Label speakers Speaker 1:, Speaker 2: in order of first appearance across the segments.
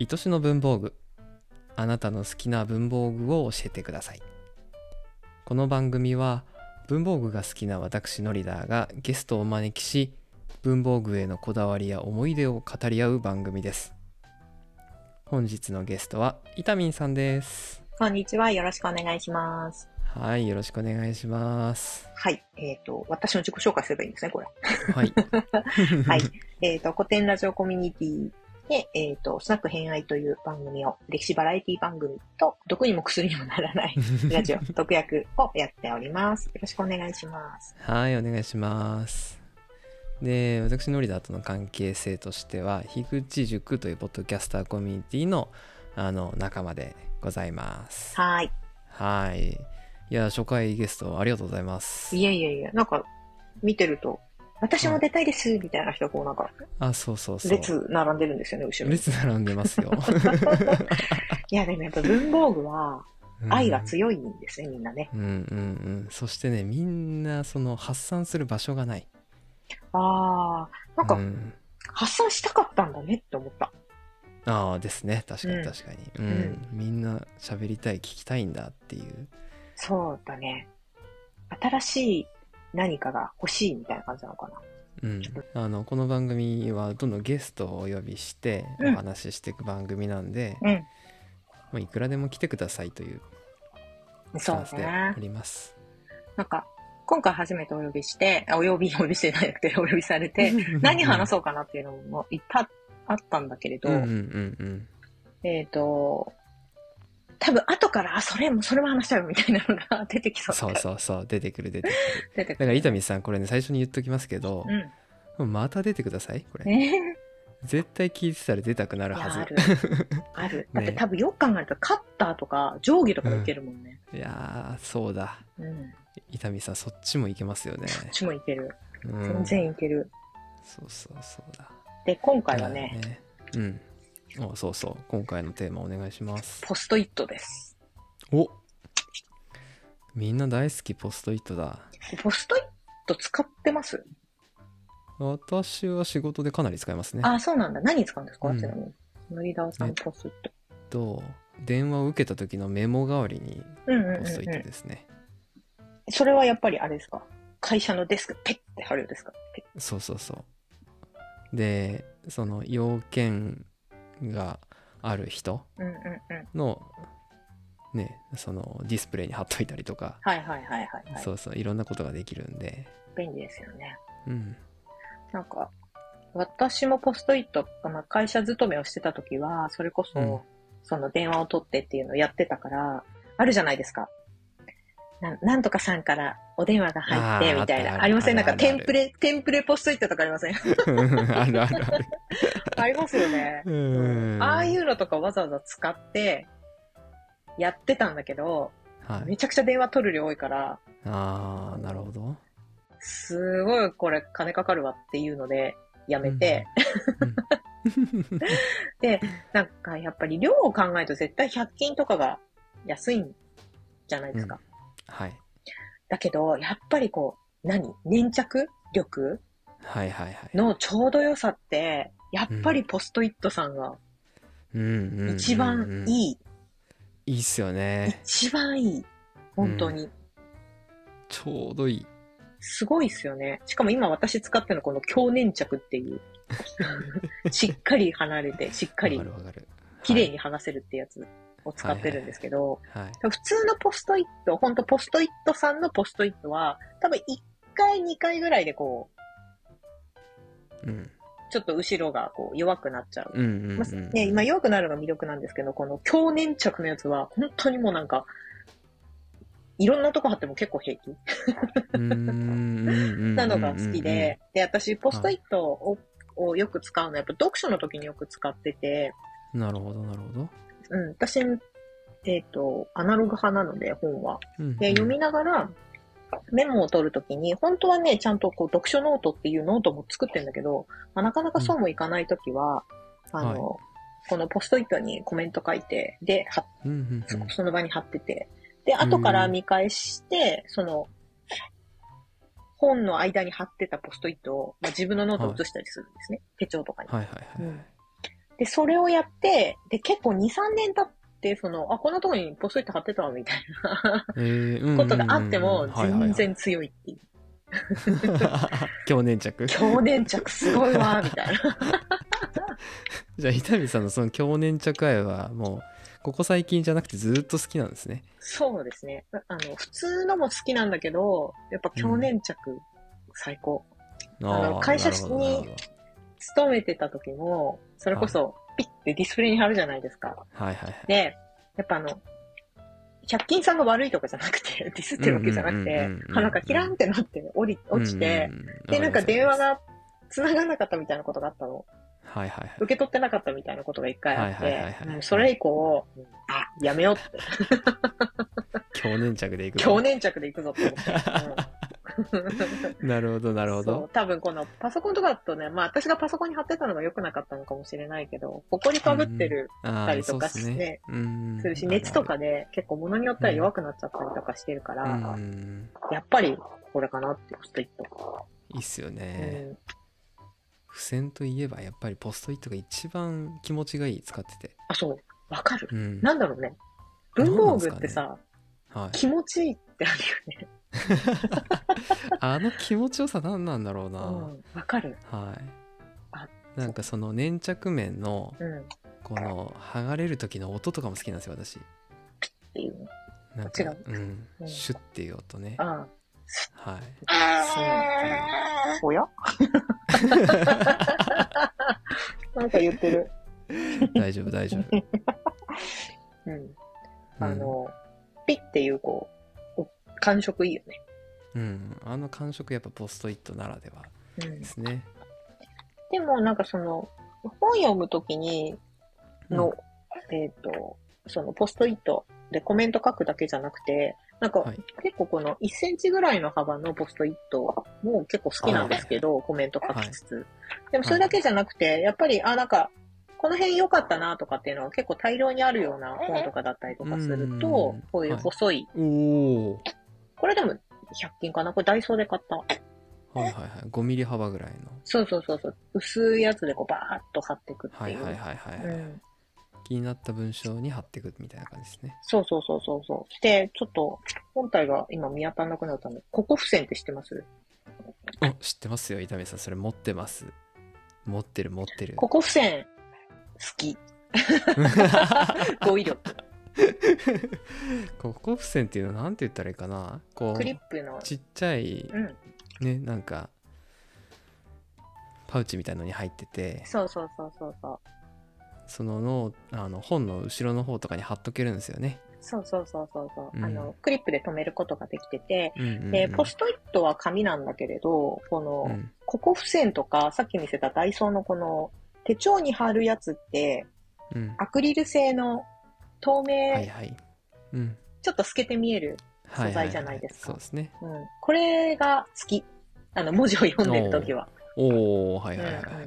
Speaker 1: 愛しの文房具あなたの好きな文房具を教えてくださいこの番組は文房具が好きな私ノリダーがゲストをお招きし文房具へのこだわりや思い出を語り合う番組です本日のゲストはイタミンさんです
Speaker 2: こんにちは。よろしくお願いします。
Speaker 1: はいよろしくお願いします
Speaker 2: はい。えっ、と、私の自己紹介すればいいんですね、これ。
Speaker 1: はい
Speaker 2: はい。えっ、と、古典ラジオコミュニティで、えっ、と、スナック偏愛という番組を、歴史バラエティ番組と、毒にも薬にもなら ないラジオ、毒薬をやっております。よろしくお願いします。
Speaker 1: はいお願いしますで私ノリダーとの関係性としては樋口塾というポッドキャスターコミュニティのあの仲間でございます
Speaker 2: はーい。
Speaker 1: はいいや初回ゲストありがとうございます
Speaker 2: いやいやいや、なんか、見てると、私も出たいです、みたいな人がこう、なんか、
Speaker 1: あそうそうそう
Speaker 2: 列並んでるんですよね、後ろに。
Speaker 1: 列並んでますよ
Speaker 2: いや、でもやっぱ文房具は、 愛が
Speaker 1: い
Speaker 2: 強いんですね、みんなね。
Speaker 1: うんうんうんそしてねみんなその発散する場所がない
Speaker 2: あー、なんか、
Speaker 1: うん
Speaker 2: 発散したかったんだねって思った。
Speaker 1: ああですね確か
Speaker 2: う
Speaker 1: に
Speaker 2: ん
Speaker 1: 確かに、うん
Speaker 2: うん
Speaker 1: みんな喋りたい聞きたいんだっていう
Speaker 2: そうだね。新しい何かが欲しいみたいな感じなのかな。
Speaker 1: うん、あのこの番組はどんどんゲストをお呼びして
Speaker 2: う
Speaker 1: お
Speaker 2: ん
Speaker 1: 話ししていく番組なんで、
Speaker 2: うん。
Speaker 1: もういくらでも来てくださいというス
Speaker 2: そ
Speaker 1: タン
Speaker 2: う
Speaker 1: スであ
Speaker 2: ね。
Speaker 1: ります。
Speaker 2: なんか、今回初めてお呼びして、あお呼び、お呼びしてなくて、お呼びされて、何話そうかなっていうのもいっぱいあったんだけれど、
Speaker 1: うんうんうん
Speaker 2: えっ、と、多分後から、あ、それも、それも話したよみたいなのが出てき
Speaker 1: う
Speaker 2: そ
Speaker 1: ん、
Speaker 2: うだ
Speaker 1: そ
Speaker 2: か
Speaker 1: う
Speaker 2: ら。
Speaker 1: そうそう出てくる出てくる
Speaker 2: 出て
Speaker 1: だ
Speaker 2: く
Speaker 1: から
Speaker 2: る。
Speaker 1: 伊丹さんこれね最初に言っときますけど、
Speaker 2: うん。
Speaker 1: また出てくださいこれ、
Speaker 2: ね
Speaker 1: 絶対聞いてたら出たくなる
Speaker 2: い
Speaker 1: は
Speaker 2: や
Speaker 1: ず
Speaker 2: ある。 ある。だ
Speaker 1: ね
Speaker 2: って多分よく考えると、カッターとか定規とかでいけるもんね。
Speaker 1: いやーそうだ
Speaker 2: うん。
Speaker 1: 伊丹さんそっちもいけますよね、
Speaker 2: こっちもいける。
Speaker 1: うん、
Speaker 2: 全然いける。
Speaker 1: そうそうそうだ
Speaker 2: で、今回
Speaker 1: だ
Speaker 2: はね、
Speaker 1: からねうんおそうそう今回のテーマお願いします
Speaker 2: ポストイットです。
Speaker 1: おみんな大好きポストイットだ
Speaker 2: ポストイット使ってます
Speaker 1: 私は仕事でかなり使いますね
Speaker 2: あ、そうなんだ。何使うんですか、
Speaker 1: うん
Speaker 2: ちなみに。ノリダーさんポストイット。
Speaker 1: と電話を受けた時のメモ代わりに
Speaker 2: うんうん
Speaker 1: ポ
Speaker 2: うん、
Speaker 1: ストイット
Speaker 2: う
Speaker 1: ですね、
Speaker 2: ん。それはやっぱりあれですか会社のデスク、ペッて貼るようですかペッ
Speaker 1: そうそうそうでその要件がある人
Speaker 2: うんうんうん。
Speaker 1: のねそのディスプレイに貼っといたりとか、
Speaker 2: はいはいはいはい、はい。
Speaker 1: そうそういろんなことができるんで
Speaker 2: 便利ですよね。
Speaker 1: うん
Speaker 2: なんか、私もポストイット、まあ、会社勤めをしてた時は、それこそ、
Speaker 1: うん
Speaker 2: その電話を取ってっていうのをやってたから、あるじゃないですか。ななんとかさんからお電話が入っ
Speaker 1: あ
Speaker 2: て
Speaker 1: ー
Speaker 2: みたい
Speaker 1: あったあ
Speaker 2: な。
Speaker 1: る
Speaker 2: ありません
Speaker 1: あ
Speaker 2: な
Speaker 1: る
Speaker 2: ん
Speaker 1: ある
Speaker 2: かテンプレ、テンプレポストイットとかありません
Speaker 1: あるある ある
Speaker 2: ありますよね。
Speaker 1: うん
Speaker 2: ああいうのとかわざわざ使って、やってたんだけど、
Speaker 1: はい
Speaker 2: めちゃくちゃ電話取る量多いから、
Speaker 1: ああなるほど
Speaker 2: すごいこれ金かかるわっていうので、やめて、
Speaker 1: うん
Speaker 2: で、なんかやっぱり量を考えると絶対100均とかが安いんじゃないですか。
Speaker 1: うはい
Speaker 2: だけど、やっぱりこう、何粘着力
Speaker 1: はいはいはい。
Speaker 2: のちょうど良さって、やっぱりポストイットさんが
Speaker 1: うんうん
Speaker 2: 一番
Speaker 1: い。
Speaker 2: いい。
Speaker 1: いいっすよね。
Speaker 2: 一番いい。本当に。
Speaker 1: ちょうどいい。
Speaker 2: すごいですよね。しかも今私使ってるのこの強粘着って いう。しっかり離れて、しっかり
Speaker 1: わかるわかる。
Speaker 2: 綺麗に剥がせるってやつを使ってるんですけど、
Speaker 1: はい。はい。
Speaker 2: 普通のポストイット、ほんとポストイットさんのポストイットは、多分1回、2回ぐらいでこう、
Speaker 1: うん。
Speaker 2: ちょっと後ろがこう弱くなっちゃう。
Speaker 1: うんうん、
Speaker 2: ま
Speaker 1: う
Speaker 2: あ
Speaker 1: ん。
Speaker 2: ね、今弱くなるのが魅力なんですけど、この強粘着のやつは、本当にもうなんか、いろんなとこ貼っても結構平気な
Speaker 1: な
Speaker 2: のが好きで、、で、私、ポストイットををよく使うのは、やっぱ読書の時によく使ってて、
Speaker 1: なるほどなるほど。
Speaker 2: うん、私、えっ、と、アナログ派なので、本は。
Speaker 1: うんうん
Speaker 2: で、読みながら、メモを取るときに、本当はね、ちゃんとこう、読書ノートっていうノートも作ってんだけど、まあ、なかなかそうもいかないときは、
Speaker 1: ん
Speaker 2: あの、このポストイットにコメント書いて、で、貼っ
Speaker 1: うんうんうん
Speaker 2: その場に貼ってて、で、後から見返して、その、本の間に貼ってたポストイットを、まあ、自分のノートを写したりするんですね。手帳とかに。
Speaker 1: はいはいはい。
Speaker 2: で、それをやって、で、結構2、3年経って、その、あ、こんなとこにポストイット貼ってたわ、みたいな
Speaker 1: えーうんうんうん
Speaker 2: ことがあっても、
Speaker 1: はいはいはい
Speaker 2: 全然強いっていう。
Speaker 1: 強粘着じ
Speaker 2: 強粘着すごいわ、みたいな。
Speaker 1: ゃあ伊丹さんのその強粘着愛はもうここ最近じゃなくてずーっと好きなんですね
Speaker 2: そうですね。あの、普通のも好きなんだけど、やっぱ強粘着、最高。あの
Speaker 1: ー
Speaker 2: 会社
Speaker 1: なるほど
Speaker 2: に
Speaker 1: なるほど
Speaker 2: 勤めてた時も、それこそ、ピッてディスプレイに貼るじゃないですか。
Speaker 1: はいはいはい
Speaker 2: で、やっぱあの、百均さんが悪いとかじゃなくて、 ディスってるわけじゃなく
Speaker 1: うんうん
Speaker 2: て
Speaker 1: うんうんう、ん
Speaker 2: あなんかキランってなって降り、落ちて、
Speaker 1: うんうんうん
Speaker 2: で、なんか
Speaker 1: わります
Speaker 2: 電話が繋がらなかったみたいなことがあったの。
Speaker 1: はいはいはい
Speaker 2: 受け取ってなかったみたいなことが一回あっ
Speaker 1: はいはいはい
Speaker 2: て
Speaker 1: はい、
Speaker 2: うんそれ以降、うんあ、やめようって、
Speaker 1: 強粘着でいく
Speaker 2: 強粘着で行くぞって思って。うん
Speaker 1: なるほどなるほ
Speaker 2: そう
Speaker 1: ど
Speaker 2: 多分このパソコンとかだとね、まあ私がパソコンに貼ってたのが良くなかったのかもしれないけど、ここに被ってる
Speaker 1: あ
Speaker 2: た
Speaker 1: ー
Speaker 2: り
Speaker 1: そ
Speaker 2: と
Speaker 1: うで
Speaker 2: か
Speaker 1: すね
Speaker 2: ね
Speaker 1: うん
Speaker 2: するし、熱とかで結構物によったら弱くなっちゃったりとかしてるか
Speaker 1: う
Speaker 2: ら、
Speaker 1: ん
Speaker 2: やっぱりこれかなって、ポストイット。
Speaker 1: いいっすよ
Speaker 2: う
Speaker 1: ね
Speaker 2: ん、
Speaker 1: 付箋といえばやっぱりポストイットが一番気持ちがいい使ってて
Speaker 2: あ、そう。わかる。
Speaker 1: うん
Speaker 2: なんだろうね。
Speaker 1: なん
Speaker 2: 文房
Speaker 1: です
Speaker 2: 具
Speaker 1: か
Speaker 2: っ
Speaker 1: ね
Speaker 2: てさ、
Speaker 1: はい
Speaker 2: 気持ちいいってあるよね。
Speaker 1: あの気持ちよさ何なんだろう
Speaker 2: う
Speaker 1: な、
Speaker 2: ん。わかる。
Speaker 1: は
Speaker 2: あ
Speaker 1: いなんかその粘着面の
Speaker 2: うん。っ
Speaker 1: この剥がれる時の音とかも好きなんですよ私
Speaker 2: ていう。
Speaker 1: なんか
Speaker 2: 違う
Speaker 1: うん
Speaker 2: う、ん
Speaker 1: シュッっていう音ね
Speaker 2: あ
Speaker 1: はい
Speaker 2: あ。そう。おや なんか言ってる。
Speaker 1: 大丈夫大 丈夫、
Speaker 2: うん。
Speaker 1: うん、
Speaker 2: あの、ピッっていう、こう、お感触いいよね。
Speaker 1: うん、あの感触やっぱポストイットならでは
Speaker 2: うん
Speaker 1: で。すね
Speaker 2: でも、なんかその、本読むときに、の、
Speaker 1: うん
Speaker 2: えっ、と、そのポストイットでコメント書くだけじゃなくて、なんか、
Speaker 1: はい
Speaker 2: 結構この1センチぐらいの幅のポストイットも結構好きなんですけど、コメント書きつつ。でもそれだけじゃなくて、やっぱり、あ、なんか、この辺良かったなとかっていうのは結構大量にあるような本とかだったりとかすると
Speaker 1: うん、
Speaker 2: こういう細い、
Speaker 1: おお
Speaker 2: これでも100均かなこれダイソーで買った。
Speaker 1: はいはいはい5ミリ幅ぐらいの
Speaker 2: そうそうそうそう。薄いやつでこうバーッと貼っていくっ
Speaker 1: は
Speaker 2: て
Speaker 1: い
Speaker 2: いう。
Speaker 1: はいはいはい、
Speaker 2: うん
Speaker 1: 気になった文章に貼っていくみたいな感じですね
Speaker 2: そうそうそうそうそう。で、ちょっと、本体が今見当たらなくなったんで、ここ付箋って知ってます
Speaker 1: あ知ってますよ伊丹さんそれ持ってます持ってる持ってる
Speaker 2: ここ付箋、好き。語彙力。
Speaker 1: ここ付箋っていうのはなんて言ったらいいかなこ
Speaker 2: クリッ
Speaker 1: う
Speaker 2: プの、
Speaker 1: ちっちゃい
Speaker 2: うん。
Speaker 1: ねなんかパウチみたいのに入ってて
Speaker 2: そうそうそうそうそう。
Speaker 1: そののあの本の後ろの方とかに貼っとけるんですよね。
Speaker 2: そうそうそうそうそう、
Speaker 1: うん
Speaker 2: あの、クリップで留めることができてて、
Speaker 1: うんうんうん
Speaker 2: で、ポストイットは紙なんだけれど、この、
Speaker 1: うん
Speaker 2: ここ付箋とか、さっき見せたダイソーのこの、手帳に貼るやつって、
Speaker 1: うん、
Speaker 2: アクリル製の透明、
Speaker 1: はいはい。うん
Speaker 2: ちょっと透けて見える
Speaker 1: はいはいはい
Speaker 2: 素材じゃないですか
Speaker 1: そうですね。
Speaker 2: うんこれが好き。あの、文字を読んでるときは。
Speaker 1: おおはいはいはいは
Speaker 2: うんうん
Speaker 1: い。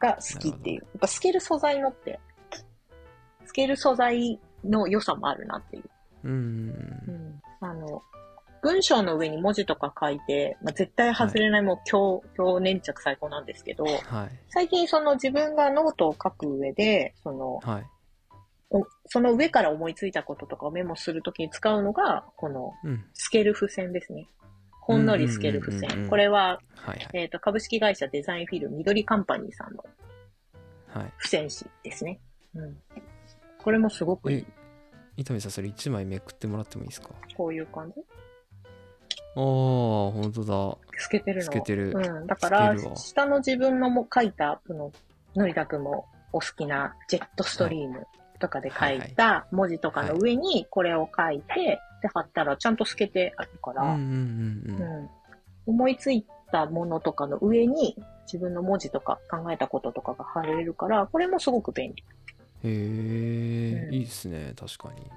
Speaker 2: が好きっていう。やっぱ透ける素材のって、透ける素材の良さもあるなっていう。
Speaker 1: うんうん
Speaker 2: あの、文章の上に文字とか書いて、まあ、絶対外れない、もう強、強粘着最高なんですけど、
Speaker 1: うんはい
Speaker 2: 最近その自分がノートを書く上で、その、
Speaker 1: はい。
Speaker 2: おその上から思いついたこととかをメモするときに使うのが、この
Speaker 1: うん
Speaker 2: 透ける付箋ですね。ほんのり透ける付
Speaker 1: うんうんうんう
Speaker 2: 箋。
Speaker 1: ん
Speaker 2: これは、
Speaker 1: はいはい
Speaker 2: えっ、と、株式会社デザインフィル緑カンパニーさんの
Speaker 1: はい。
Speaker 2: 不戦士ですね。うん。これもすごくい
Speaker 1: え
Speaker 2: い。
Speaker 1: 伊丹さんそれ一枚めくってもらってもいいですか。
Speaker 2: こういう感じ
Speaker 1: ああ本当
Speaker 2: 透けてる
Speaker 1: だ。
Speaker 2: の。
Speaker 1: 透けてる。
Speaker 2: うん。だから
Speaker 1: 透ける、わ
Speaker 2: 下の自分のも書いた、この、のりだくんもお好きなジェットストリームとかで書いた文字とかの上にこれを書いて、で貼ったらちゃんと透けてあるか
Speaker 1: うん
Speaker 2: ら、
Speaker 1: う
Speaker 2: うん。
Speaker 1: んうんうん。
Speaker 2: 思いついたものとかの上に自分の文字とか考えたこととかが貼れるから、これもすごく便利。
Speaker 1: へえ、
Speaker 2: うん
Speaker 1: いいですね確かに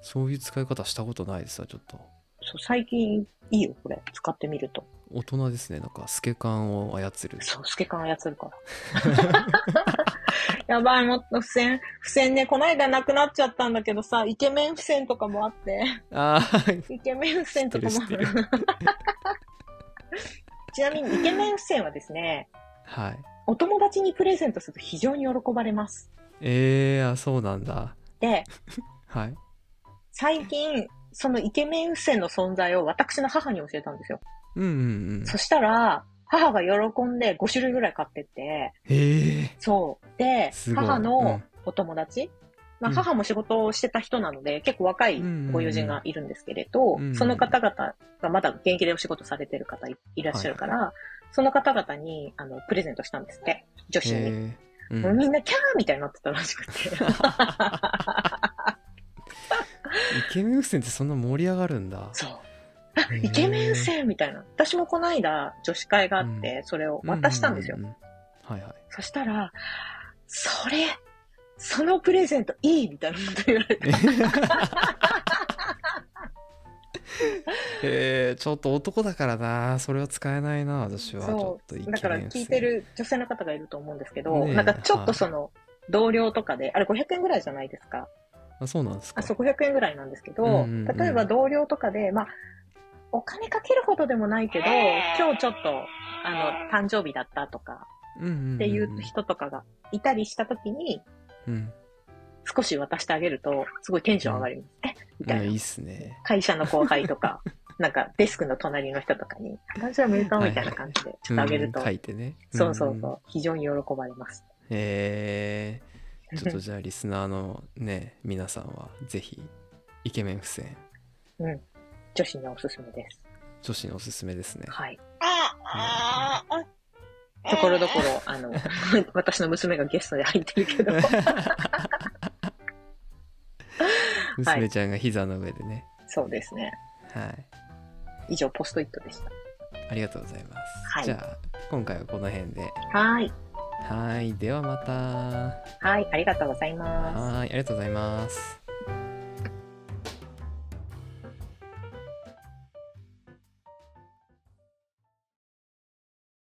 Speaker 1: そういう使い方したことないですわちょっと
Speaker 2: そう、最近いいよ、これ。使ってみると。
Speaker 1: 大人ですねなんか透け感を操る
Speaker 2: そう、透け感操る から。やばい、もっと付箋、付箋ね、こないだなくなっちゃったんだけどさ、イケメン付箋とかもあって、
Speaker 1: あー
Speaker 2: イケメン付箋とかもあ
Speaker 1: 知ってる知
Speaker 2: る。ちなみに、イケメン付箋はですね、
Speaker 1: はい
Speaker 2: お友達にプレゼントすると非常に喜ばれます。
Speaker 1: えー、あ、そうなんだ。
Speaker 2: で、
Speaker 1: はい。
Speaker 2: 最近、そのイケメン付箋の存在を私の母に教えたんですよ。
Speaker 1: うんうんうん。
Speaker 2: そしたら、母が喜んで5種類ぐらい買ってって、
Speaker 1: え
Speaker 2: そう。で、
Speaker 1: すごい
Speaker 2: 母
Speaker 1: う
Speaker 2: の
Speaker 1: ん
Speaker 2: お友達、ま
Speaker 1: う
Speaker 2: あ、
Speaker 1: ん
Speaker 2: 母も仕事をしてた人なので、結構若いご友人がいるんですけれど、
Speaker 1: うんうん
Speaker 2: その方々がまだ現役でお仕事されてる方いいらっしゃるから、その方々にあのプレゼントしたんですって、女
Speaker 1: ー、
Speaker 2: 子に。
Speaker 1: えー。う、
Speaker 2: もうん
Speaker 1: イ
Speaker 2: みんなキャーみたいになってたらし くて。
Speaker 1: ケメン付箋ってそんな盛り上がるんだ。
Speaker 2: そう。
Speaker 1: へー
Speaker 2: イケメン生みたいな。私もこの間、女子会があっ
Speaker 1: う
Speaker 2: て、それを渡したんですよ。
Speaker 1: うううはい はい。
Speaker 2: そしたら、それ、そのプレゼントいいみたいなこと言われて。
Speaker 1: えー、ちょっと男だからなそれは使えないな私はちょっとイケメン
Speaker 2: だから聞いてる女性の方がいると思うんですけど、
Speaker 1: ねえ
Speaker 2: なんかちょっとその、同僚とかで、あれ500円ぐらいじゃないですか。
Speaker 1: あそうなんですか
Speaker 2: あ、そう、500円ぐらいなんですけど、
Speaker 1: うんうんうん
Speaker 2: 例えば同僚とかで、まあ、お金かけるほどでもないけど、今日ちょっと、あの、誕生日だったとか、
Speaker 1: うんうんうん
Speaker 2: っていう人とかがいたりしたときに、
Speaker 1: うん
Speaker 2: 少し渡してあげると、すごいテンション上がります。え
Speaker 1: い
Speaker 2: みた
Speaker 1: や
Speaker 2: い
Speaker 1: い
Speaker 2: な。
Speaker 1: いっすね
Speaker 2: 会社の後輩とか、なんかデスクの隣の人とかに、誕生日おめでとうみたいな感じで、ちょっとあげると、
Speaker 1: うん書いてね
Speaker 2: そうそうそ
Speaker 1: ん
Speaker 2: う、非常に喜ばれます。
Speaker 1: えー、ちょっとじゃあリスナーのね皆さんはぜひイケメン付箋
Speaker 2: 女子にはおすすめです。
Speaker 1: 女子におすすめですね
Speaker 2: はい。
Speaker 3: ああ
Speaker 2: ところどころ、あの、 私の娘がゲストで入ってるけど、
Speaker 1: 娘ちゃんが膝の上でね
Speaker 2: そうですね。
Speaker 1: はい
Speaker 2: 以上、ポストイットでし
Speaker 1: ありがとうございます、
Speaker 2: はい
Speaker 1: じゃあ今回はこの辺で
Speaker 2: た。はい。
Speaker 1: はいではまた
Speaker 2: はい、ありがとうございます。
Speaker 1: はいありがとうございます